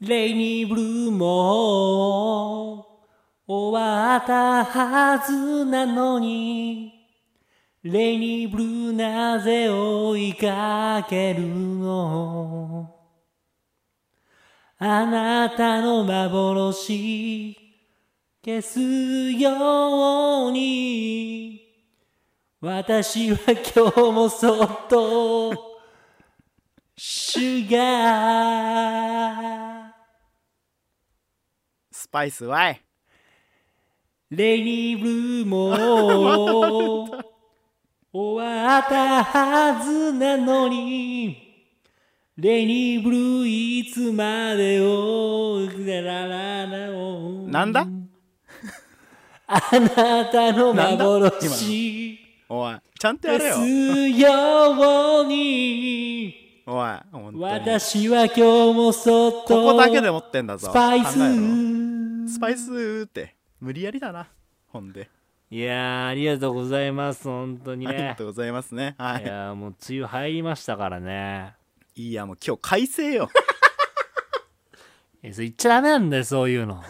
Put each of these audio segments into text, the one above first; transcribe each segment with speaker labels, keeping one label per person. Speaker 1: レイニーブルーも終わったはずなのにレイニーブルーなぜ追いかけるのあなたの幻消すように私は今日もそっとシュガー
Speaker 2: スパイスワイ
Speaker 1: レイニーブルーも 終わったはずなのにレイニーブルーいつまでをララララを
Speaker 2: なんだ
Speaker 1: あなたの
Speaker 2: なんだ
Speaker 1: 幻
Speaker 2: おいちゃんとや
Speaker 1: で
Speaker 2: れよ
Speaker 1: すように
Speaker 2: おい本当に
Speaker 1: 私は今日もそっと
Speaker 2: ここだけで持ってんだぞ
Speaker 1: スパイ
Speaker 2: 考えろ
Speaker 1: ス
Speaker 2: スパイスーって無理やりだなほんで、
Speaker 1: いやーありがとうございます本当に
Speaker 2: ありが
Speaker 1: ね
Speaker 2: とうございますねはい
Speaker 1: やーもう梅雨入りましたからね
Speaker 2: いいやもう今日快晴よ
Speaker 1: えそれ言っちゃダメなんだよそういう の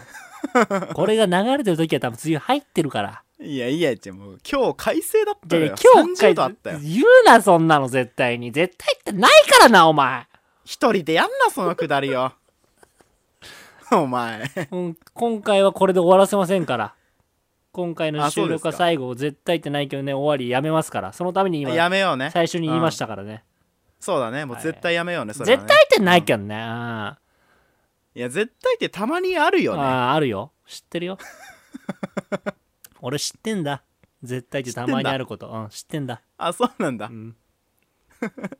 Speaker 1: これが流れてる時は多分梅雨入ってるから
Speaker 2: いやいやじゃもう今日快晴だった
Speaker 1: じゃあ
Speaker 2: よ
Speaker 1: ね今日
Speaker 2: 30度あったよ
Speaker 1: 言うなそんなの絶対に絶対ってないからなお前
Speaker 2: 一人でやんなそのくだりよお前
Speaker 1: うん、今回はこれで終わらせませんから今回の
Speaker 2: あそ
Speaker 1: 収
Speaker 2: うです
Speaker 1: 録
Speaker 2: か
Speaker 1: は最後絶対ってないけどね終わりやめますからそのために今
Speaker 2: やめようね、
Speaker 1: 最初に言いましたたからね,、
Speaker 2: うんそうだねもう絶対やめようねそれは
Speaker 1: 絶
Speaker 2: ね
Speaker 1: 対ってないけどね、うん
Speaker 2: いや絶対ってたまにあるよね
Speaker 1: あああるよ知ってるよ 俺知ってんだ絶対ってたまにあることうん知ってんだ
Speaker 2: あそうなんだ、
Speaker 1: ん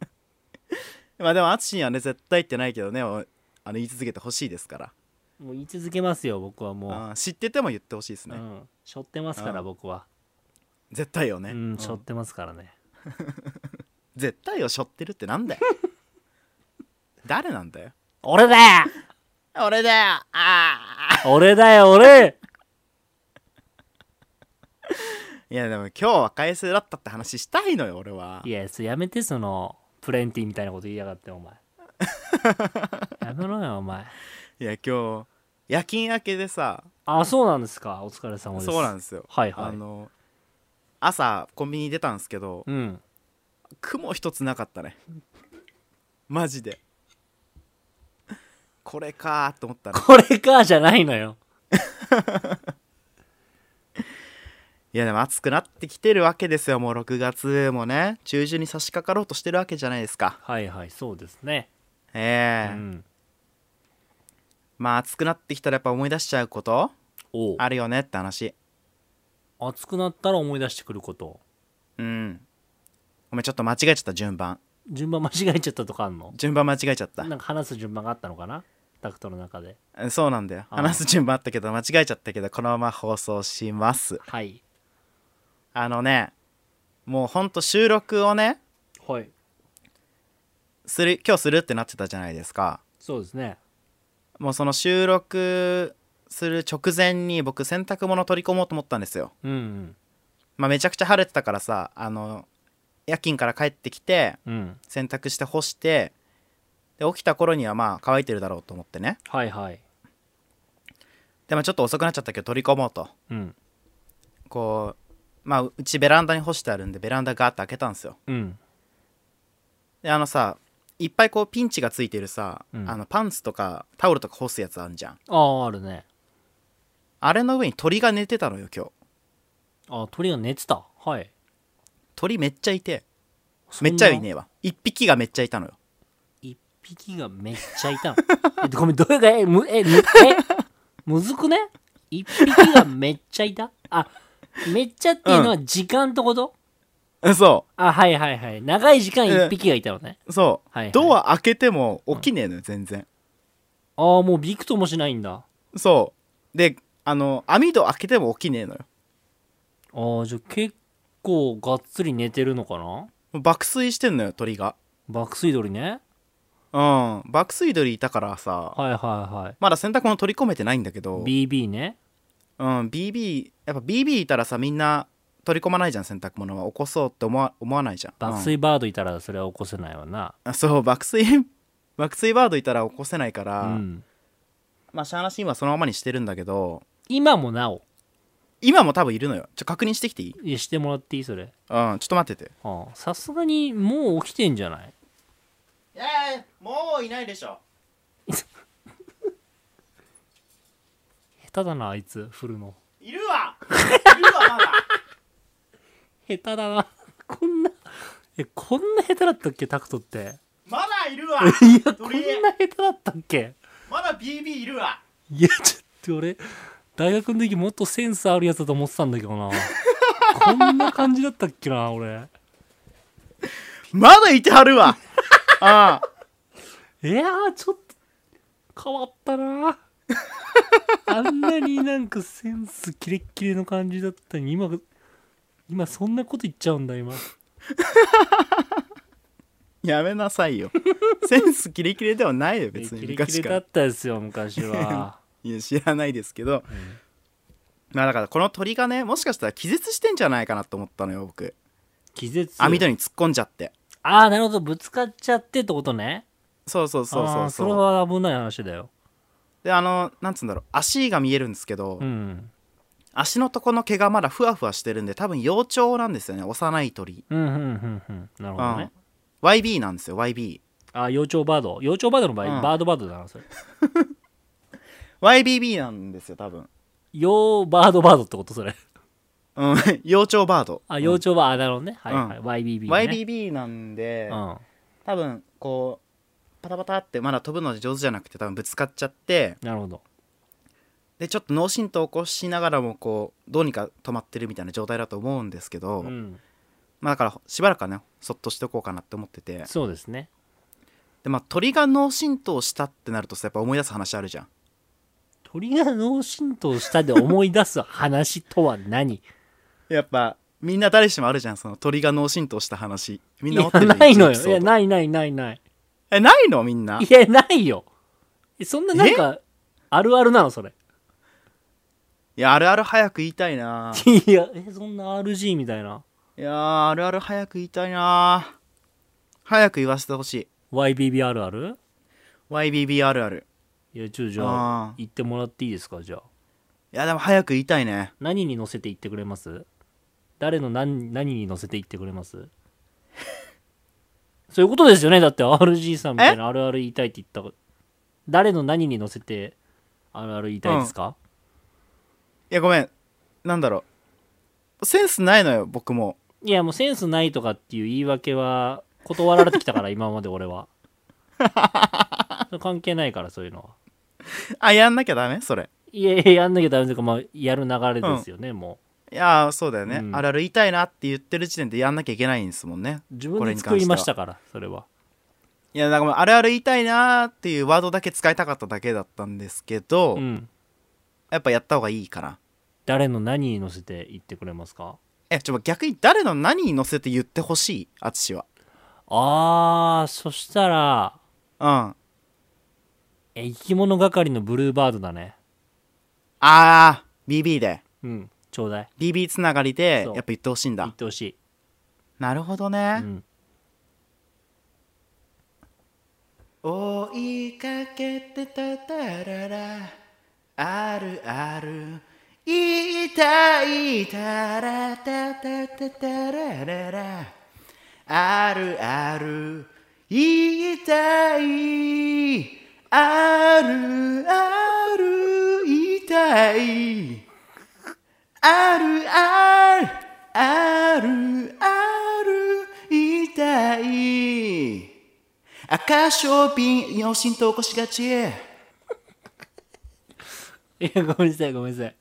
Speaker 2: まあでも淳にはね絶対ってないけどねおあの言い続けてほしいですから
Speaker 1: もう言い続けますよ僕はも
Speaker 2: あー知ってても言ってほしいです
Speaker 1: う、
Speaker 2: ね、
Speaker 1: うん背負ってますから
Speaker 2: うん
Speaker 1: 僕は
Speaker 2: 絶対よね、
Speaker 1: うん背
Speaker 2: う
Speaker 1: 負っ
Speaker 2: ん
Speaker 1: てますからね
Speaker 2: 絶対をしょってるってなん だよ誰なんだよ
Speaker 1: 俺だよ
Speaker 2: 俺だよあ
Speaker 1: 俺だよ俺
Speaker 2: いやでも今日は快晴だったって話したいのよ俺はい
Speaker 1: やそれやめてそのプレンティみたいなこと言いやがってお 前やめろよお前
Speaker 2: いや今日夜勤明けでさ
Speaker 1: あそうなんですかお疲れ様です
Speaker 2: そうなん
Speaker 1: で
Speaker 2: ですよ
Speaker 1: はいはい
Speaker 2: あの朝コンビニ出たんですけど
Speaker 1: うん
Speaker 2: 雲一つなかったねマジでこれかーと思ったら
Speaker 1: これかじゃないのよ
Speaker 2: いやでも暑くなってきてるわけですよもう6月もね中旬に差し掛かろうとしてるわけじゃないですか
Speaker 1: はいはいそうですね、う
Speaker 2: ええ
Speaker 1: ん、
Speaker 2: まあ暑くなってきたらやっぱ思い出しちゃうこと
Speaker 1: おう
Speaker 2: あるよねって話
Speaker 1: 熱くなったら思い出してくること
Speaker 2: うんごめんちょっと間違えちゃった順番
Speaker 1: 順番間違えちゃったとかあんの
Speaker 2: 順番間違えちゃった
Speaker 1: なんか話す順番があったのかなタクトの中で
Speaker 2: うんそうなんだよ
Speaker 1: あ
Speaker 2: 話す順番あったけど間違えちゃったけどこのまま放送します
Speaker 1: はい
Speaker 2: あのねもうほんと収録をね
Speaker 1: はい
Speaker 2: する今日するってなってたじゃないですか
Speaker 1: そうですね
Speaker 2: もうその収録する直前に僕洗濯物取り込もうと思ったんですよ
Speaker 1: うん
Speaker 2: まあめちゃくちゃ晴れてたからさあの夜勤から帰ってきて
Speaker 1: うんうん
Speaker 2: 洗濯して干してで起きた頃にはまあ乾いてるだろうと思ってね
Speaker 1: はいはい
Speaker 2: でまあちょっと遅くなっちゃったけど取り込もうと
Speaker 1: うん
Speaker 2: こうまあうちベランダに干してあるんでベランダガーッて開けたんですよ
Speaker 1: うん
Speaker 2: であのさいっぱいこうピンチがついてるさ、
Speaker 1: うん
Speaker 2: あのパンツとかタオルとか干すやつあるじゃん
Speaker 1: あああるね
Speaker 2: あれの上に鳥が寝てたのよ今日
Speaker 1: あ鳥が寝てたはい
Speaker 2: 鳥めっちゃいて
Speaker 1: そん
Speaker 2: め
Speaker 1: な
Speaker 2: っちゃいねえわ一匹がめっちゃいたのよ
Speaker 1: 一匹がめっちゃいた のえごめんどれがえむえむえむずくね一匹がめっちゃいたあめっちゃっていうのは時間ってこと、
Speaker 2: うん そ
Speaker 1: あはいはいはい長い時間一匹がいたのね、
Speaker 2: うそう、
Speaker 1: はいはい
Speaker 2: ドア開けても起きねえのよ全然、
Speaker 1: ああもうびくともしないんだ
Speaker 2: そうであの網戸開けても起きねえのよ
Speaker 1: ああじゃあ結構がっつり寝てるのかな
Speaker 2: もう爆睡してんのよ鳥が
Speaker 1: 爆睡鳥ね
Speaker 2: うん爆睡鳥いたからさ、
Speaker 1: はいは
Speaker 2: まだ洗濯物取り込めてないんだけ
Speaker 1: いは
Speaker 2: ど
Speaker 1: い BB ね
Speaker 2: うん、BB やっぱ BB いたらさみんな取り込まないじゃん洗濯物は起こそうって思わ思わないじゃん
Speaker 1: 爆
Speaker 2: うん
Speaker 1: 睡バードいたらそれは起こせないわな
Speaker 2: あそう爆睡爆睡バードいたら起こせないか
Speaker 1: う
Speaker 2: ら、
Speaker 1: ん
Speaker 2: まあシャーナシーンはそのままにしてるんだけど
Speaker 1: 今もなお
Speaker 2: 今も多分いるのよちょ確認してきていいうんち
Speaker 1: いやしてもらっていいそれ
Speaker 2: ょっと待ってて
Speaker 1: ああさすがにもう起きてんじゃない
Speaker 2: ええもういないでしょ
Speaker 1: 下手だなあいつ振るの
Speaker 2: いるわいるわまだ
Speaker 1: 下手だな こんなえこんな下手だったっけタクトって
Speaker 2: まだいるわ
Speaker 1: い やこん
Speaker 2: 鳥
Speaker 1: な下手
Speaker 2: 居
Speaker 1: だったっけ
Speaker 2: まだ BB いるわ
Speaker 1: いやちょっと俺大学の時もっとセンスあるやつだと思ってたんだけど なこんな感じだったっけな俺
Speaker 2: まだいてはるわああ
Speaker 1: いやーちょっと変わったなあんなになんかセンスキレッキレの感じだったのに今今そんなこと言っちゃうんだ今
Speaker 2: やめなさいよセンスキレキレではないよ別に
Speaker 1: キレキ
Speaker 2: 昔
Speaker 1: レ
Speaker 2: か
Speaker 1: だ
Speaker 2: ら
Speaker 1: ったですよ昔 は、
Speaker 2: いや知らないですけど
Speaker 1: うん
Speaker 2: まあだからこの鳥がねもしかしたら気絶してんじゃないかなと思ったのよ僕
Speaker 1: 気絶
Speaker 2: 網戸に突っ込んじゃって
Speaker 1: ああなるほどぶつかっちゃってってことね
Speaker 2: そうそうそう
Speaker 1: あ
Speaker 2: そ
Speaker 1: ー
Speaker 2: う
Speaker 1: そ
Speaker 2: そう
Speaker 1: れは危ない話だよ
Speaker 2: であのなんつうんだろう足が見えるんですけど、
Speaker 1: うん
Speaker 2: 足のとこの毛がまだふわふわしてるんで多分幼鳥なんですよね幼い鳥、
Speaker 1: うんうんうんうんなるほ
Speaker 2: う
Speaker 1: ど
Speaker 2: ん
Speaker 1: ね、
Speaker 2: YB なんですよ YBYB
Speaker 1: あー幼鳥バード幼鳥バードの場合、
Speaker 2: うん
Speaker 1: バードバードだなそれ
Speaker 2: YBB なんですよ多分、
Speaker 1: 幼バードバードってことそれ
Speaker 2: うん、 幼鳥バード
Speaker 1: あ幼鳥バード、あなるほどねはいはい、
Speaker 2: う
Speaker 1: YBB ね
Speaker 2: YBB なんで、
Speaker 1: うん
Speaker 2: 多分こうパタパタってまだ飛ぶの上手じゃなくて多分ぶつかっちゃって
Speaker 1: なるほど
Speaker 2: でちょっと脳震盪を起こしながらもこうどうにか止まってるみたいな状態だと思うんですけど、
Speaker 1: うん
Speaker 2: まあだからしばらくはねそっとしておこうかなって思ってて
Speaker 1: そうですね
Speaker 2: でまあ鳥が脳震盪したってなるとさやっぱ思い出す話あるじゃん
Speaker 1: 鳥が脳震盪したで思い出す話とは何
Speaker 2: やっぱみんな誰しもあるじゃんその鳥が脳震盪した話みんな持って
Speaker 1: い
Speaker 2: る
Speaker 1: やないの
Speaker 2: エピ
Speaker 1: よ
Speaker 2: ソ
Speaker 1: い
Speaker 2: ード
Speaker 1: やないないないない
Speaker 2: えないのみんない
Speaker 1: やないよえそんななんかあるあるなのそれ
Speaker 2: いやあるある早く言いたいな
Speaker 1: いやえそんな RG みたいない
Speaker 2: やーあるある早く言いたいな早く言わせてほしい
Speaker 1: YBB あるある
Speaker 2: YBB あるある
Speaker 1: いやちょっとじゃあ
Speaker 2: あー
Speaker 1: 行ってもらっていいですかじゃあ
Speaker 2: いやでも早く言いたいね
Speaker 1: 何に乗せて行ってくれます誰の何何に乗せて行ってくれます そういうことですよねだって RG さんみたいなあるある言いたいって言った誰の何に乗せてあるある言いたいですか、
Speaker 2: いやごめんなんだろうセンスないのよ僕も
Speaker 1: いやもうセンスないとかっていう言い訳は断られてきた から今まで俺はそれ関係ないからそういうのは
Speaker 2: あやんなきゃダメそれ
Speaker 1: いやいややんなきゃダメというか、まあ、やる流れですよね、も
Speaker 2: いやーそうだよね、
Speaker 1: うん
Speaker 2: あるある言いたいなって言ってる時点でやんなきゃいけないんですもんね
Speaker 1: う自分で作りましたからそれはい
Speaker 2: やだからもうあるある言いたいなーっていうワードだけ使いたかっただけだったんですけど、
Speaker 1: うん
Speaker 2: やっぱやった方がいいかな
Speaker 1: 誰の何に乗せて言ってくれますか
Speaker 2: えちょっと逆に誰の何に乗せて言ってほしい淳は
Speaker 1: あーそしたら
Speaker 2: うんあ
Speaker 1: え生き物係のブルーバードだね
Speaker 2: あー BB で
Speaker 1: うんちょうだい
Speaker 2: BB つながりで
Speaker 1: そう
Speaker 2: やっぱ言ってほしいん
Speaker 1: 言っ
Speaker 2: だ
Speaker 1: てほしい、
Speaker 2: なるほど
Speaker 1: う
Speaker 2: ね、
Speaker 1: ん、
Speaker 2: 追いかけてたたららあるある言いたいたらたたたたらららあるある言いたいあるある言いたいあるあるあるある言いたい赤小瓶四親と起こしがち
Speaker 1: いやごめんなさいごめんなさい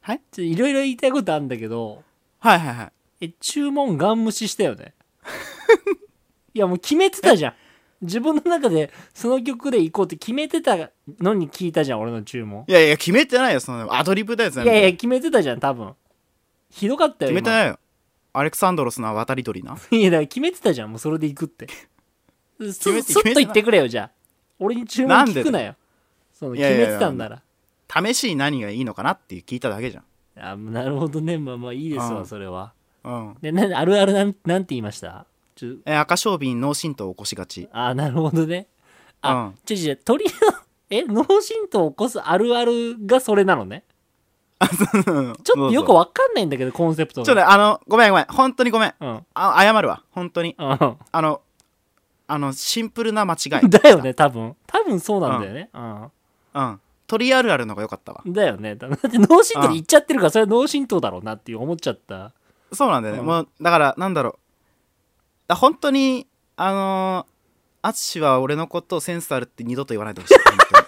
Speaker 2: はい
Speaker 1: ちょいろいろ言いたいことあるんだけど
Speaker 2: はいはいはい
Speaker 1: え注文ガン無視したよ ねいやもう決めてたじゃん自分の中でその曲で行こうって決めてたのに聞いたじゃん俺の注文
Speaker 2: いやいや決めてないよそのアドリブだよ全
Speaker 1: い
Speaker 2: 部
Speaker 1: やいや決めてたじゃん多分ひどかったよ
Speaker 2: 決めて
Speaker 1: い
Speaker 2: ないよアレクサンドロスの渡り鳥ない
Speaker 1: やだから決めてたじゃんもうそれで行くって そ
Speaker 2: めて
Speaker 1: そっと
Speaker 2: 決めてない
Speaker 1: 言ってくれよじゃあ俺に注文
Speaker 2: なんで
Speaker 1: 聞くなよその
Speaker 2: い
Speaker 1: 決
Speaker 2: やいやい
Speaker 1: め
Speaker 2: や
Speaker 1: てたんなら
Speaker 2: 試しに何がいいのかなって聞いただけじ
Speaker 1: あなるほどねまあまあいいです
Speaker 2: う
Speaker 1: わ
Speaker 2: ん
Speaker 1: それは
Speaker 2: ゃんうん
Speaker 1: でなあるあるなんなんて言いましたちょ
Speaker 2: え赤小瓶脳震盪を起こしがち
Speaker 1: あなるほどねあ、
Speaker 2: うん
Speaker 1: ちょちょ鳥のえ、脳震盪を起こすあるあるがそれなのね。
Speaker 2: ち
Speaker 1: ちょっとよくわかんないんだけど、コンセプト
Speaker 2: ちょっとね
Speaker 1: が。
Speaker 2: あのごめんごめん本当にごめん
Speaker 1: うん。うん。
Speaker 2: あ謝るわ本当に
Speaker 1: だ
Speaker 2: あのあのシンプルな間違い
Speaker 1: よね、多分。多分そうなんだよね。うん。
Speaker 2: うん鳥あるあるのが良かったわ
Speaker 1: だよね。だだって脳震盪で行っちゃってるから、それは脳震盪だろうなっていう思っちゃった。
Speaker 2: そうなんだよね、
Speaker 1: うん
Speaker 2: もうだからなんだろうあ本当にあのー、淳は俺のことをセンスあるって二度と言わないでほしい 本当に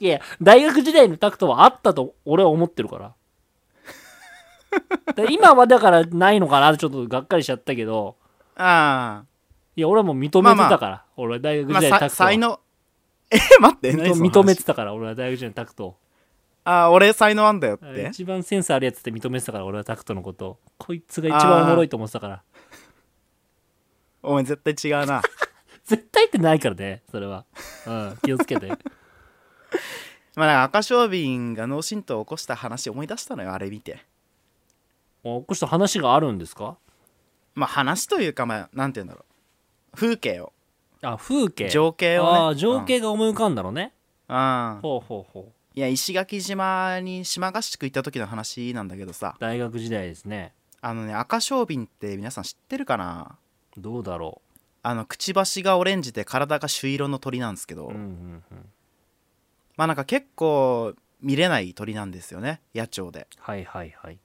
Speaker 1: いや、大学時代のタクトはあったと俺は思ってるから。だから今はだからないのかなってちょっとがっかりしちゃったけど、
Speaker 2: あ
Speaker 1: いや、俺はもう認めてたから。俺は大
Speaker 2: あ
Speaker 1: 学
Speaker 2: ま
Speaker 1: 時代の
Speaker 2: あさ
Speaker 1: タクトを。
Speaker 2: 才能 え待って何その話
Speaker 1: 認めてたから、俺は大学時代のタクトを。
Speaker 2: あー俺才能あんだよって
Speaker 1: 一番センスあるやつって認めてたから俺はタクトのことをこいつが一番おもろいと思ってたから
Speaker 2: お前絶対違うな
Speaker 1: 絶対ってないからねそれは、うん、気をつけて
Speaker 2: まあなんか赤小瓶が脳震盪を起こした話思い出したのよあれ見て
Speaker 1: おこした話があるんですか
Speaker 2: まあ話というかまあなんて言うんだろう風景を
Speaker 1: あ風景
Speaker 2: 情景をね
Speaker 1: あー情景が思い浮かんだろうね、
Speaker 2: うん
Speaker 1: ほうほうほ
Speaker 2: いや石垣島に島合宿行った時の話なんだけどさ
Speaker 1: う大学時代ですね
Speaker 2: あのね赤小瓶って皆さん知ってるかな
Speaker 1: どうだろ
Speaker 2: あのくちばしがオレンジで体が朱色の鳥なんですけど、
Speaker 1: う、うんうんうん、
Speaker 2: まあなんか結構見れない鳥なんですよね野鳥で
Speaker 1: はいはいはい、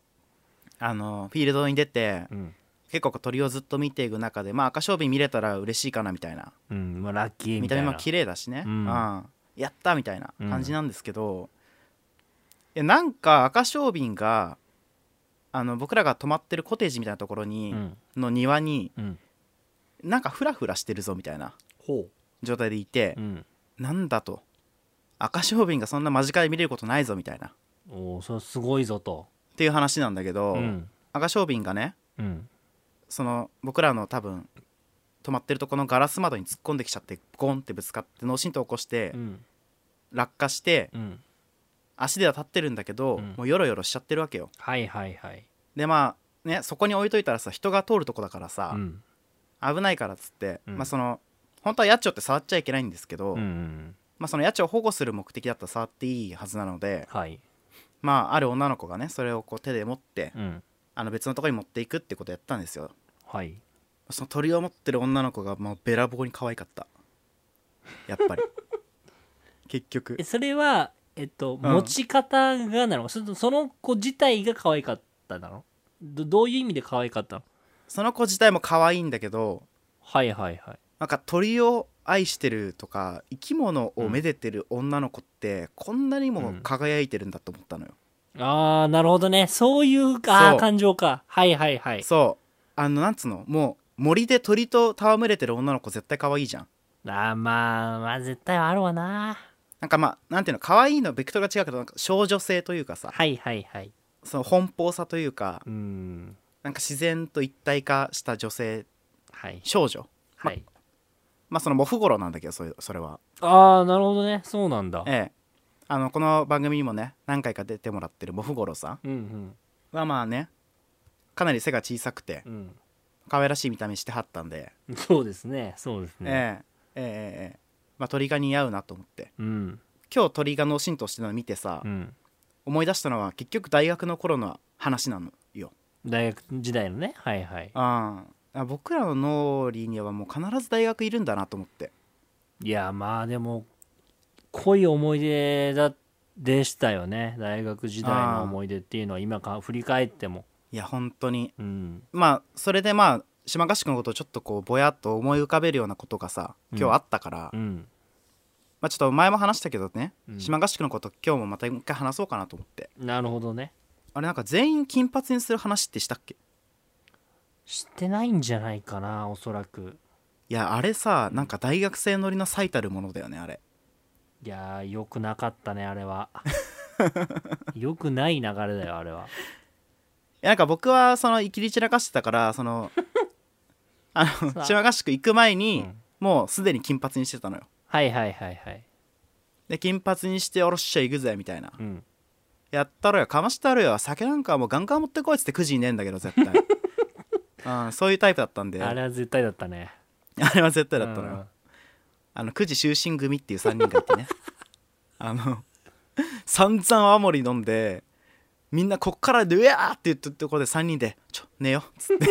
Speaker 2: あのフィールドに出て
Speaker 1: うん
Speaker 2: 結構こう鳥をずっと見ていく中でまあ赤小瓶見れたら嬉しいかなみたいな
Speaker 1: うんまあ、ラッキーみ
Speaker 2: 見
Speaker 1: た
Speaker 2: た
Speaker 1: い
Speaker 2: 目
Speaker 1: な
Speaker 2: も綺麗だしね、
Speaker 1: う
Speaker 2: うんんやったみたいな感じなんですけど、いやなんか赤小瓶があの僕らが泊まってるコテージみたいなところに、
Speaker 1: うん
Speaker 2: の庭に
Speaker 1: うん
Speaker 2: なんかフラフラしてるぞみたいな
Speaker 1: ほ
Speaker 2: 状態でいて
Speaker 1: う、う、ん、
Speaker 2: なんだと赤小瓶がそんな間近で見れることないぞみたいなっ
Speaker 1: おーそれはすごいぞと
Speaker 2: ていう話なんだけど、
Speaker 1: うん
Speaker 2: 赤小瓶がね
Speaker 1: うん
Speaker 2: その僕らの多分泊まってるとこのガラス窓に突っ込んできちゃってゴンってぶつかって脳震盪起こして、
Speaker 1: うん
Speaker 2: 落下して
Speaker 1: うん
Speaker 2: 足では立ってるんだけど、
Speaker 1: うん
Speaker 2: もうヨロヨロしちゃってるわけよ
Speaker 1: はいはいはい
Speaker 2: でまあねそこに置いといたらさ人が通るとこだからさ
Speaker 1: う、ん
Speaker 2: 危ないからっつって、
Speaker 1: うん
Speaker 2: まあその本当は野鳥って触っちゃいけないんですけ
Speaker 1: う
Speaker 2: ど、
Speaker 1: んうん
Speaker 2: まあ、その野鳥を保護する目的だったら触っていいはずなので、
Speaker 1: はい
Speaker 2: まあ、ある女の子がねそれをこう手で持って、
Speaker 1: うん
Speaker 2: あの別のとこに持っていくってことやったんですよ
Speaker 1: はい
Speaker 2: その鳥を持ってる女の子がもうべらぼうに可愛かったやっぱり 結局
Speaker 1: えそれはえっと、
Speaker 2: うん
Speaker 1: 持ち方がなのそれとその子自体が可愛かったなのどどういう意味で可愛かったの
Speaker 2: その子自体も可愛いんだけど
Speaker 1: はいはいはい
Speaker 2: なんか鳥を愛してるとか生き物をめでてる女の子ってこんなにも輝いてるんだと思ったのよ、
Speaker 1: ああなるほどねそういうかあ
Speaker 2: そ
Speaker 1: ー
Speaker 2: う
Speaker 1: 感情かはいはいはい
Speaker 2: そうあのなんつうのもう森で鳥と戯れてる女の子絶対可愛いじゃん
Speaker 1: あーまあまあ絶対あるわな
Speaker 2: なんかまあなんていうの可愛いのベクトルが違うけどなんか少女性というかさ
Speaker 1: はいはいはい
Speaker 2: その奔放さというか
Speaker 1: うん
Speaker 2: なんか自然と一体化した女性
Speaker 1: はい
Speaker 2: 少女
Speaker 1: はい
Speaker 2: まあそのモフゴロなんだけどそれそれは
Speaker 1: ああなるほどねそうなんだ
Speaker 2: ええあのこの番組にもね何回か出てもらってるモフゴロさん
Speaker 1: うんうん
Speaker 2: はまあねかなり背が小さくて
Speaker 1: うん
Speaker 2: 可愛らしい見た目してはったんで、
Speaker 1: そうですねそうですね、
Speaker 2: ええええええまあ鳥が似合うなと思って
Speaker 1: うん
Speaker 2: 今日鳥が脳震盪してるの見てさ、
Speaker 1: うん
Speaker 2: 思い出したのは結局大学の頃の話なのよ、
Speaker 1: 大学時代のねはいはい
Speaker 2: ああ僕らの脳裏にはもう必ず大学いるんだなと思って
Speaker 1: いやまあでも濃い思い出だでしたよね大学時代の思い出っていうのは今か振り返っても
Speaker 2: いや本当に
Speaker 1: うん
Speaker 2: まあそれでまあ島合宿のことをちょっとこうぼやっと思い浮かべるようなことがさ今日あったから、
Speaker 1: うん
Speaker 2: まあ、ちょっと前も話したけどね、
Speaker 1: うん
Speaker 2: 島合宿のこと今日もまた一回話そうかなと思って
Speaker 1: なるほどね
Speaker 2: あれなんか全員金髪にする話ってしたっけ
Speaker 1: 知ってないんじゃないかなおそらく
Speaker 2: いやあれさなんか大学生乗りの最たるものだよねあれ
Speaker 1: いやーよくなかったねあれ はよくない流れだよあれはい
Speaker 2: やなんか僕はそのいきり散らかしてたから そのあ
Speaker 1: さ
Speaker 2: の
Speaker 1: あ
Speaker 2: 島合宿行く前に、
Speaker 1: うん
Speaker 2: もうすでに金髪にしてたのよ
Speaker 1: はいはいはいはい
Speaker 2: で金髪にしておろっしゃ行くぜみたいな
Speaker 1: うん
Speaker 2: やったろよかましたろよ酒なんかもうガンガン持ってこいっつって9時にねえんだけど絶 対うん、そういうタイプだったんで
Speaker 1: あ
Speaker 2: あ
Speaker 1: れ
Speaker 2: れ
Speaker 1: は絶対だったね
Speaker 2: は絶対だったのよ、あの9時就寝組っていう3人がいてねあの散々泡盛飲んでみんなこっからで「うやー!」って言ったところで3人で「ちょ寝よ う」っつって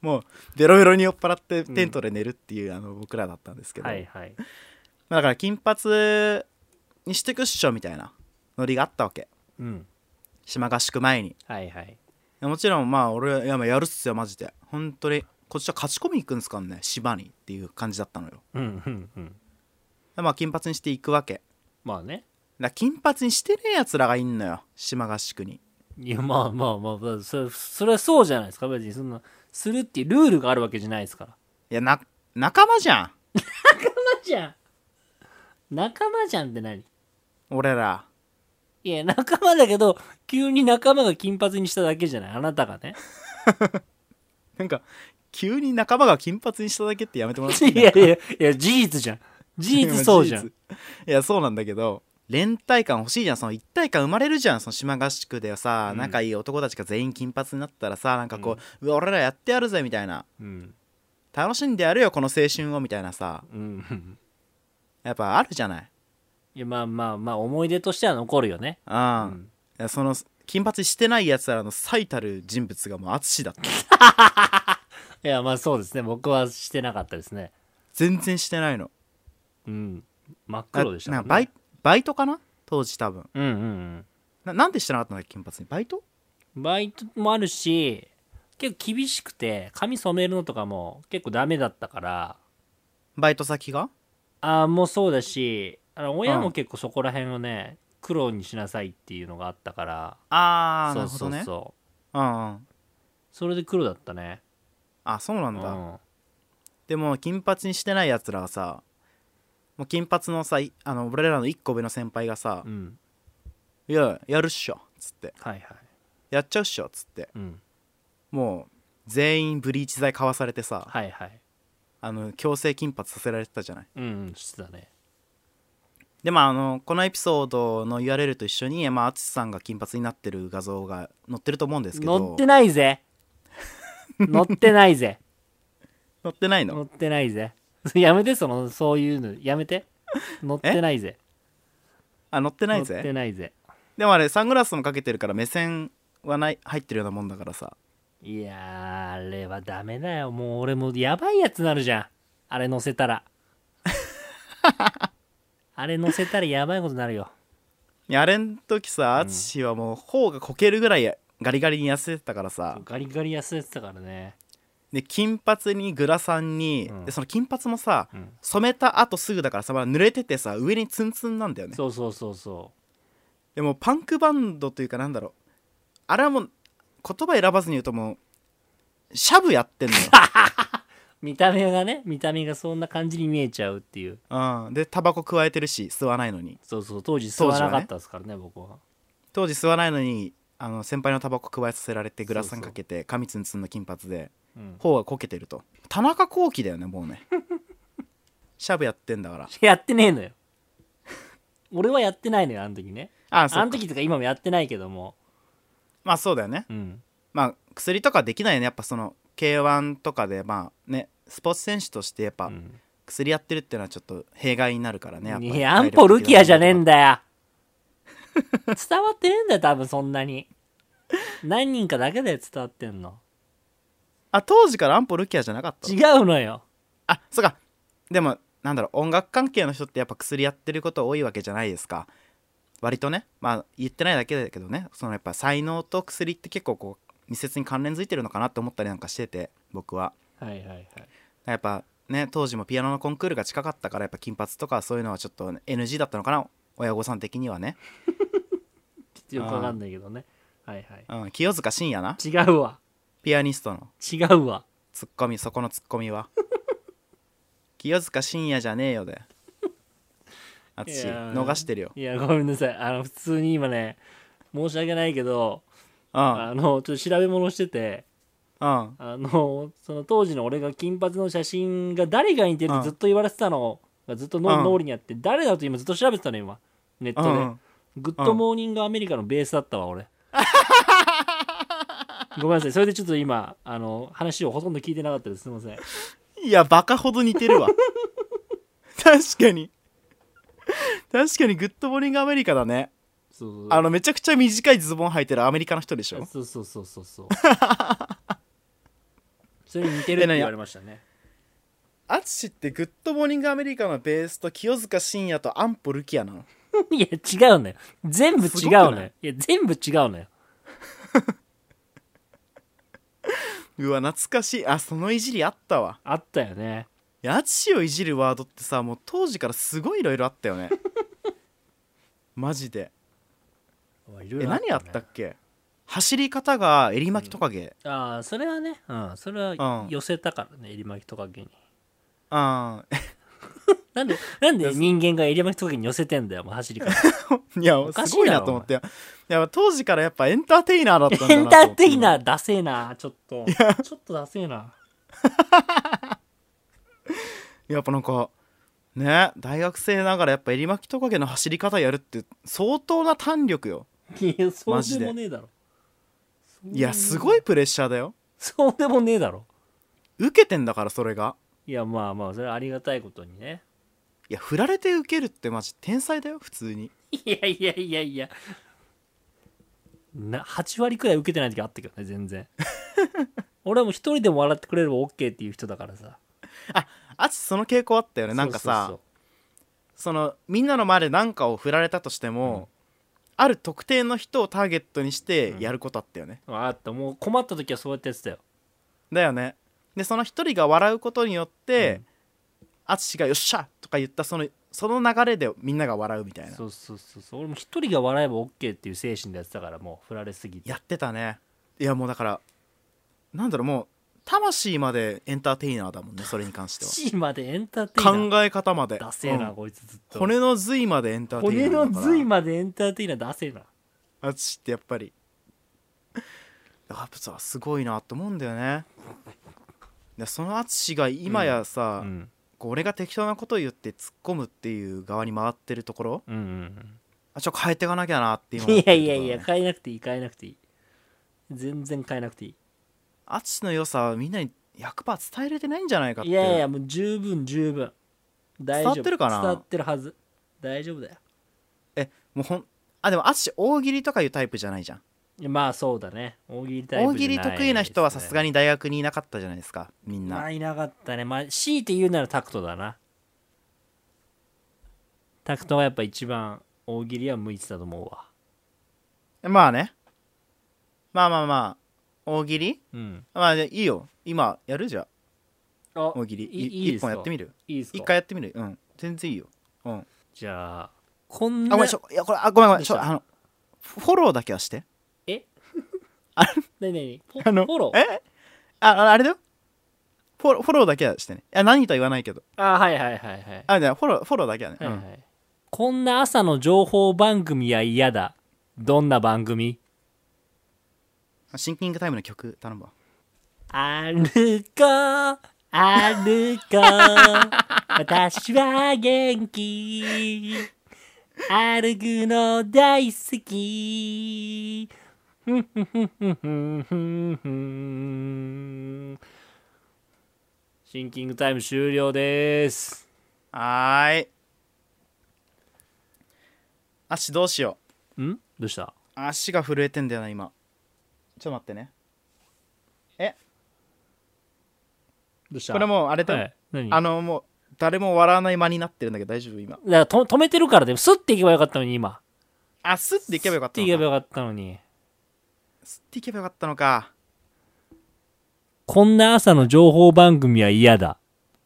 Speaker 2: もうベロベロに酔っ払ってテントで寝るっていう、あの僕らだったんですけど、
Speaker 1: はいはい
Speaker 2: まあだから金髪にしてくっしょみたいなノリがあったわけ
Speaker 1: うん
Speaker 2: 島合宿前に
Speaker 1: はいはい
Speaker 2: もちろんまあ俺はいやまあやるっすよマジで本当にこっちは勝ち込みに行くんですからね島にっていう感じだったのよ
Speaker 1: うんうんうん
Speaker 2: でまあ金髪にして行くわけだか
Speaker 1: まあね
Speaker 2: ら金髪にしてねえやつらがいんのよ島合宿に
Speaker 1: いやまあまあまあまあそれそれはそうじゃないですか別にそんなするっていうルールがあるわけじゃないですから
Speaker 2: いやな仲間じゃん
Speaker 1: 仲間じゃん仲間じゃんって何
Speaker 2: 俺ら
Speaker 1: いや仲間だけど急に仲間が金髪にしただけじゃないあなたがね
Speaker 2: なんか急に仲間が金髪にしただけってやめてもらっていい
Speaker 1: いやいやいや事実じゃん事実そうじゃん
Speaker 2: いやそうなんだけど連帯感欲しいじゃんその一体感生まれるじゃんその島合宿でさ、
Speaker 1: うん
Speaker 2: 仲いい男たちが全員金髪になったらさなんかこう、うわ俺らやってやるぜみたいな
Speaker 1: うん
Speaker 2: 楽しんでやるよこの青春をみたいなさ
Speaker 1: うん
Speaker 2: やっぱあるじゃない
Speaker 1: いやまあまあまあ思い出としては残るよね
Speaker 2: うん、いやその金髪してないやつらの最たる人物がもう淳だった
Speaker 1: いやまあそうですね僕はしてなかったですね
Speaker 2: 全然してないの
Speaker 1: うん真っ
Speaker 2: な
Speaker 1: 黒でしたも
Speaker 2: なん
Speaker 1: ん、ね、
Speaker 2: かバイバイトかな当時多分
Speaker 1: うんうん
Speaker 2: ななんでしてなかったんだっけ金髪にバイト
Speaker 1: うんバイトもあるし結構厳しくて髪染めるのとかも結構ダメだったから
Speaker 2: バイト先が
Speaker 1: ああもうそうだしあの親
Speaker 2: う
Speaker 1: も
Speaker 2: ん
Speaker 1: 結構そこら辺をね黒にしなさいっていうのがあったから
Speaker 2: ああ
Speaker 1: そ
Speaker 2: な
Speaker 1: う
Speaker 2: るほ
Speaker 1: そ
Speaker 2: ど
Speaker 1: う
Speaker 2: ね
Speaker 1: そう
Speaker 2: うんうん
Speaker 1: それで黒だったね
Speaker 2: あそうな
Speaker 1: うん
Speaker 2: だ、
Speaker 1: ん
Speaker 2: でも金髪にしてないやつらはさもう金髪のさいあの俺らの1個上の先輩がさ「
Speaker 1: うん
Speaker 2: いややるっしょ」っつって
Speaker 1: はいはい
Speaker 2: 「やっちゃうっしょ」っつって
Speaker 1: うん
Speaker 2: もう全員ブリーチ剤買わされてさ、
Speaker 1: はいはい
Speaker 2: あの強制金髪させられてたじゃない
Speaker 1: うんうんしてたね
Speaker 2: でまああのこのエピソードの URL と一緒にまあ淳さんが金髪になってる画像が載ってると思うんですけど
Speaker 1: 乗ってない ぜ乗ってないぜ
Speaker 2: 載ってないの
Speaker 1: 乗ってないぜ やめてそのそういうのやめて乗ってないぜ
Speaker 2: あ載ってない
Speaker 1: 乗って
Speaker 2: ぜ
Speaker 1: ないぜ
Speaker 2: でもあれサングラスもかけてるから目線はない入ってるようなもんだからさ
Speaker 1: いやーあれはダメだよもう俺もうやばいやつになるじゃんあれ乗せた らあれ乗せたらやばいことになるよ
Speaker 2: いやあれん時さ淳はもう頬がこけるぐらいガリガリに痩せてたからさ
Speaker 1: ガリガリ痩せてたからね
Speaker 2: で金髪にグラサンに、
Speaker 1: うん
Speaker 2: でその金髪もさ、
Speaker 1: うん
Speaker 2: 染めた後すぐだからさ、まだ濡れててさ上にツンツンなんだよね
Speaker 1: そうそうそうそ
Speaker 2: でもパンクバンドというかなんだろうあれはもう言葉選ばずに言うともうシャブやってんの よ、
Speaker 1: う見た目がね見た目がそんな感じに見えちゃうっていう
Speaker 2: うん、でタバコわえてるし吸わないのに
Speaker 1: そうそう当時吸わなかったですからね僕は
Speaker 2: 当時吸わないのにあの先輩のタバコわえさせられてグラサ
Speaker 1: そう
Speaker 2: ン
Speaker 1: そう
Speaker 2: かけて髪ツンツンの金髪で
Speaker 1: うん
Speaker 2: 頬がこけてると田中聖だよねもうね シャブやってんだから
Speaker 1: やってねえのよ俺はやってないのよあの時ね
Speaker 2: あそ
Speaker 1: あ
Speaker 2: う
Speaker 1: の時とか今もやってないけども、
Speaker 2: まあそうだよね
Speaker 1: うん、
Speaker 2: まあ薬とかできないよねやっぱその k 1とかでまあねスポーツ選手としてやっぱ
Speaker 1: うん
Speaker 2: 薬やってるっていうのはちょっと弊害になるからねやっぱ
Speaker 1: いやアンポルキアじゃねえん
Speaker 2: だ
Speaker 1: だ よ伝わってねえんだよ多分そんなに何人かだけで伝わってんの
Speaker 2: あ当時からアンポルキアじゃなかった
Speaker 1: 違うのよ
Speaker 2: あそうかでもなんだろう音楽関係の人ってやっぱ薬やってること多いわけじゃないですか割とねまあ言ってないだけだけどねそのやっぱ才能と薬って結構こう密接に関連づいてるのかなって思ったりなんかしてて僕は
Speaker 1: はいはいはい
Speaker 2: やっぱね当時もピアノのコンクールが近かったからやっぱ金髪とかそういうのはちょっと NG だったのかな親御さん的にはね、
Speaker 1: よくわかんないけどねはいはい
Speaker 2: うん、清塚信也な
Speaker 1: 違うわ
Speaker 2: ピアニストの
Speaker 1: 違うわ
Speaker 2: ツッコミそこのツッコミは 清塚信也じゃねえよで
Speaker 1: い
Speaker 2: 淳
Speaker 1: やー
Speaker 2: 逃してるよ
Speaker 1: いやごめんなさいあの普通に今ね申し訳ないけど
Speaker 2: うん
Speaker 1: あのちょっと調べ物してて
Speaker 2: うん
Speaker 1: あのその当時の俺が金髪の写真が誰が似てるっ
Speaker 2: うん
Speaker 1: てずっと言われてたのがずっと
Speaker 2: う
Speaker 1: 脳
Speaker 2: ん
Speaker 1: 脳裏にあって誰だと今ずっと調べてたの今ネット
Speaker 2: う
Speaker 1: で
Speaker 2: ん
Speaker 1: グッドモーニングアメリカのベースだったわ 俺ごめんなさいそれでちょっと今あの話をほとんど聞いてなかったですすいません
Speaker 2: いやバカほど似てるわ確かに確かにグッドモーニングアメリカだね
Speaker 1: そうそう
Speaker 2: あのめちゃくちゃ短いズボン履いてるアメリカの人でしょ
Speaker 1: そうそうそうそう そうそれに似てるって言われましたね
Speaker 2: 淳ってグッドモーニングアメリカのベースと清塚信也と安保ルキアなの
Speaker 1: いや違うのよ全部違う
Speaker 2: すごく
Speaker 1: の
Speaker 2: な
Speaker 1: よ
Speaker 2: い
Speaker 1: いや全部違うのよ
Speaker 2: うわ懐かしいあそのいじりあったわ
Speaker 1: あったよね
Speaker 2: いや淳をいじるワードってさもう当時からすごいいろいろあった よねマジで
Speaker 1: いろい
Speaker 2: え
Speaker 1: ろ
Speaker 2: 何あった
Speaker 1: ね
Speaker 2: っけ走り方が襟巻きトカゲ、
Speaker 1: ああそれはねうんそれは
Speaker 2: うん
Speaker 1: 寄せたからね襟巻きトカゲに
Speaker 2: あ
Speaker 1: なんでなんで人間が襟巻きトカゲに寄せてんだよもう走り方
Speaker 2: あ いや
Speaker 1: かしい
Speaker 2: すごい
Speaker 1: だ
Speaker 2: な
Speaker 1: ろ
Speaker 2: と思っていや当時からやっぱエンターテイナーだったんだ
Speaker 1: エ
Speaker 2: な
Speaker 1: ンターテイ
Speaker 2: ー
Speaker 1: ナーダセえなちょっとちょっとダセえな
Speaker 2: やっぱなんかね大学生ながらやっぱ襟巻きトカゲの走り方やるって相当な胆力よ
Speaker 1: いやそう
Speaker 2: マジ
Speaker 1: で
Speaker 2: で
Speaker 1: もねえだろ
Speaker 2: いやすごいプレッシャーだよ
Speaker 1: そうでもねえだろ
Speaker 2: 受けてんだからそれが
Speaker 1: いやまあまあそれはありがたいことにね
Speaker 2: いや振られて受けるってマジ天才だよ普通に
Speaker 1: いやいやいやいやな8割くらい受けてない時あったけどね全 然俺はもう一人でも笑ってくれれば OK っていう人だからさ
Speaker 2: あつその傾向あったよねなんかさ
Speaker 1: そう
Speaker 2: そのみんなの前で何かを振られたとしても、ある特定の人をターゲットにしてやることあったよね、
Speaker 1: そうそうあったもう困った時はそうやってやってたよ
Speaker 2: だよねでその一人が笑うことによって淳、が「よっしゃ!」とか言ったそのその流れでみんなが笑うみたいな
Speaker 1: そうそうそうそう俺も一人が笑えば OK っていう精神でやってたからもう振られすぎて
Speaker 2: やってたねいやもうだからなんだろうもう魂までエンターテイナーだもんねそれに関しては
Speaker 1: チーまでエンターテイナー
Speaker 2: 考え方まで
Speaker 1: ダセえな、
Speaker 2: うん
Speaker 1: こいつずっと
Speaker 2: 骨の髄までエンターテイナ
Speaker 1: 骨
Speaker 2: ーだ
Speaker 1: の
Speaker 2: から
Speaker 1: 髄までエンターテイナーダセえな
Speaker 2: 淳ってやっぱりやっぱさすごいなと思うんだよねでその淳が今やさ、
Speaker 1: うん
Speaker 2: こう俺が適当なこと言って突っ込むっていう側に回ってるところ
Speaker 1: うんうん
Speaker 2: あちょっと変えていかなきゃなって今
Speaker 1: うん
Speaker 2: 思っ
Speaker 1: い
Speaker 2: て
Speaker 1: や
Speaker 2: る
Speaker 1: い
Speaker 2: とこ
Speaker 1: や
Speaker 2: ろだ
Speaker 1: いや変
Speaker 2: ね
Speaker 1: えなくていい変えなくていい全然変えなくていい
Speaker 2: 淳の良さはみんなに100%伝えれてないんじゃないかって
Speaker 1: いやいやもう十分十分大丈夫
Speaker 2: 伝わってるかな
Speaker 1: 伝わってるはず大丈夫だよ
Speaker 2: もうほんあでも淳大喜利とかいうタイプじゃないじゃん
Speaker 1: いやまあそうだね大喜利タイ
Speaker 2: 大
Speaker 1: プじ
Speaker 2: 喜
Speaker 1: ゃない
Speaker 2: 利得意な人はさすが
Speaker 1: に
Speaker 2: に大学にいなかったじゃないですかみんな、
Speaker 1: まあいなかったねまあ強いて言うならタクトだなタクトはやっぱ一番大喜利は向いてたと思うわ
Speaker 2: まあねまあまあまあ大喜利
Speaker 1: うん
Speaker 2: まあいいよ今やるじゃあ
Speaker 1: あ
Speaker 2: 大喜利
Speaker 1: い
Speaker 2: い
Speaker 1: いいで
Speaker 2: 一
Speaker 1: すか
Speaker 2: 本やってみる
Speaker 1: いいですか
Speaker 2: 一回やってみるうん全然いいようんあ
Speaker 1: じゃあこん
Speaker 2: ご
Speaker 1: な
Speaker 2: めんちょいやこれあごめんごめん
Speaker 1: どうし
Speaker 2: ちょ
Speaker 1: た
Speaker 2: あのフォローだけはして
Speaker 1: ねねねフォ
Speaker 2: あの
Speaker 1: フォロー
Speaker 2: えあああれだよフォローフォローだけはしてねいや何とは言わないけど
Speaker 1: あはいはいはいはいはい
Speaker 2: あじゃあフォローフォローだけはね、
Speaker 1: はい、
Speaker 2: うん
Speaker 1: こんな朝の情報番組は嫌だどんな番組
Speaker 2: シンキングタイムの曲頼むわ
Speaker 1: 歩こう歩こ う私は元気歩くの大好きふんふんふんふんふんふんふんシンキングタイム終了です
Speaker 2: はーい足どうしよ
Speaker 1: んどうした
Speaker 2: う足が震えてんだよな今ちょっと待ってね
Speaker 1: どうした
Speaker 2: これもうあれだ、
Speaker 1: はい、何
Speaker 2: あのもう誰も笑わない間になってるんだけど大丈夫今
Speaker 1: だからと止めてるからでもスッていけばよかったのに今
Speaker 2: あスッていけばよか
Speaker 1: スッ
Speaker 2: ってた
Speaker 1: い
Speaker 2: の
Speaker 1: け
Speaker 2: か
Speaker 1: ばよかったのに
Speaker 2: スッていけばよかったのか
Speaker 1: こんな朝の情報番組は嫌だ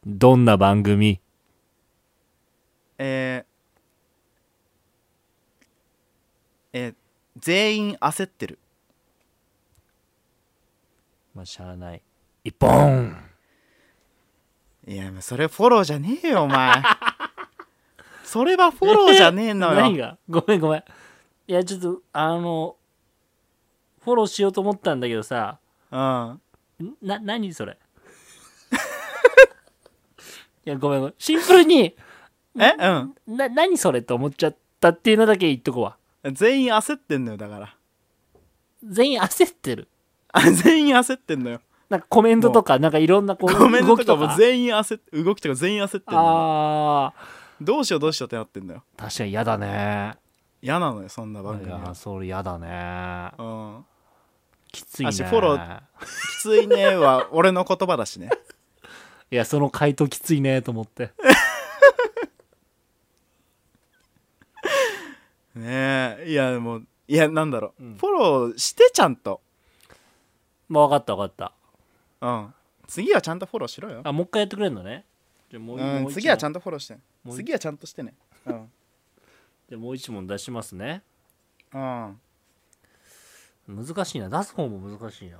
Speaker 1: どんな番組
Speaker 2: えーえー全員焦ってる
Speaker 1: まあしゃあない一本
Speaker 2: いやもうそれフォローじゃねえよ お前それはフォローじゃねえの
Speaker 1: 何
Speaker 2: よ
Speaker 1: がごめんごめんいやちょっとあのフォローしようと思ったんだけどさ
Speaker 2: うん
Speaker 1: んな何そ れいやごめんごめんシンプルに
Speaker 2: えう
Speaker 1: な何それと思っちゃったっていうのだけ言っとこうわ
Speaker 2: ん全員焦ってんのよだから
Speaker 1: 全員焦ってる
Speaker 2: あ全員焦ってんのよ
Speaker 1: なんかコメントとかなんかいろんなこう
Speaker 2: コメント
Speaker 1: 動き
Speaker 2: とかも全員焦って動きとか全員焦ってんのよ
Speaker 1: ああ
Speaker 2: どうしようどうしようってなってんだよ
Speaker 1: 確かに嫌だね
Speaker 2: 嫌なのよそんない番組
Speaker 1: や
Speaker 2: は
Speaker 1: それ嫌だね
Speaker 2: うん
Speaker 1: きついね
Speaker 2: あしフォローきついねは俺の言葉だしね
Speaker 1: いやその回答きついねと思 って
Speaker 2: ねえいやでもいやなんだろう、
Speaker 1: うん
Speaker 2: フォローしてちゃんと
Speaker 1: まあ分かった分かった
Speaker 2: うん次はちゃんとフォローしろよ
Speaker 1: あもう一回やってくれるのねじゃあもう,、
Speaker 2: うん
Speaker 1: もう一
Speaker 2: 次はちゃ
Speaker 1: ん
Speaker 2: んとフォローして
Speaker 1: もう一
Speaker 2: 次はちゃん としてねうん、
Speaker 1: じゃあもう一問出しますね
Speaker 2: うん
Speaker 1: 難しいな出す方も難しいな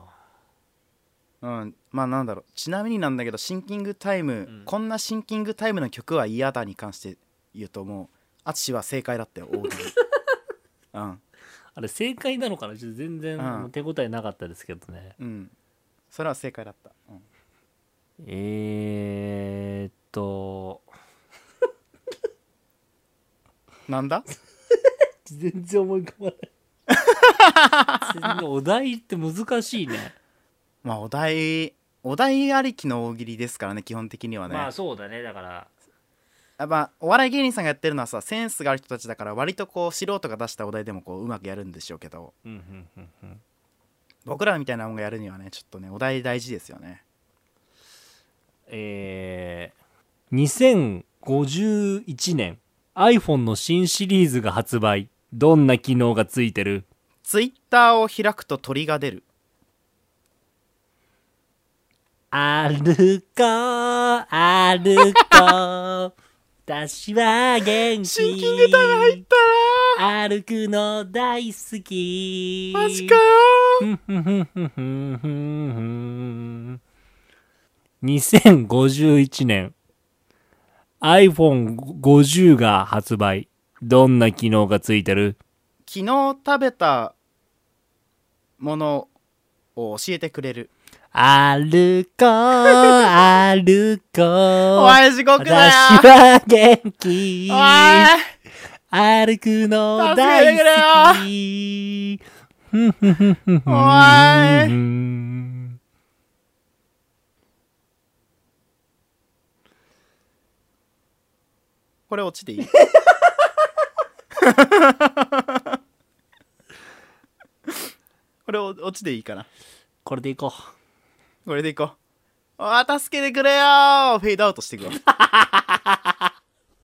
Speaker 2: うん、まあなんだろうちなみになんだけどシンキングタイム、
Speaker 1: うん
Speaker 2: こんなシンキングタイムの曲は嫌だに関して言うともう淳は正解だったよ 大喜利うん
Speaker 1: あれ正解なのかなちょっと全然
Speaker 2: うん
Speaker 1: もう手応えなかったですけどね、
Speaker 2: うんそれは正解だった、うん
Speaker 1: えー、っと
Speaker 2: なんだ
Speaker 1: 全然思い浮かばない全然お題って難しいね
Speaker 2: まあお題お題ありきの大喜利ですからね基本的にはね、
Speaker 1: まあそうだねだから
Speaker 2: やっぱお笑い芸人さんがやってるのはさセンスがある人たちだから割とこう素人が出したお題でもこううまくやるんでしょうけど
Speaker 1: うんうんうんうん
Speaker 2: 僕らみたいなもんがやるにはねちょっとねお題大事ですよね
Speaker 1: えー、2051年 iPhone の新シリーズが発売どんな機能がついてる
Speaker 2: ツイッターを開くと鳥が出る
Speaker 1: 歩こう歩 こう私は元気
Speaker 2: シンキングタイム入った
Speaker 1: 歩くの大好き
Speaker 2: なーマジかよ
Speaker 1: ふんふんふんふんふんふん2051年 iPhone50 が発売どんな機能がついてる
Speaker 2: 昨日食べたものを教えてくれる
Speaker 1: 歩こう歩こう
Speaker 2: おい地獄
Speaker 1: 私
Speaker 2: だよ
Speaker 1: は元気
Speaker 2: おい
Speaker 1: 歩くの
Speaker 2: 助けてくれよ
Speaker 1: 大好きふんふんふんふんふん
Speaker 2: おいこれ落ちていいこれ落ちていいかな
Speaker 1: これでいこう
Speaker 2: これでいこう。あー助けてくれよーフェイドアウトしていくわ。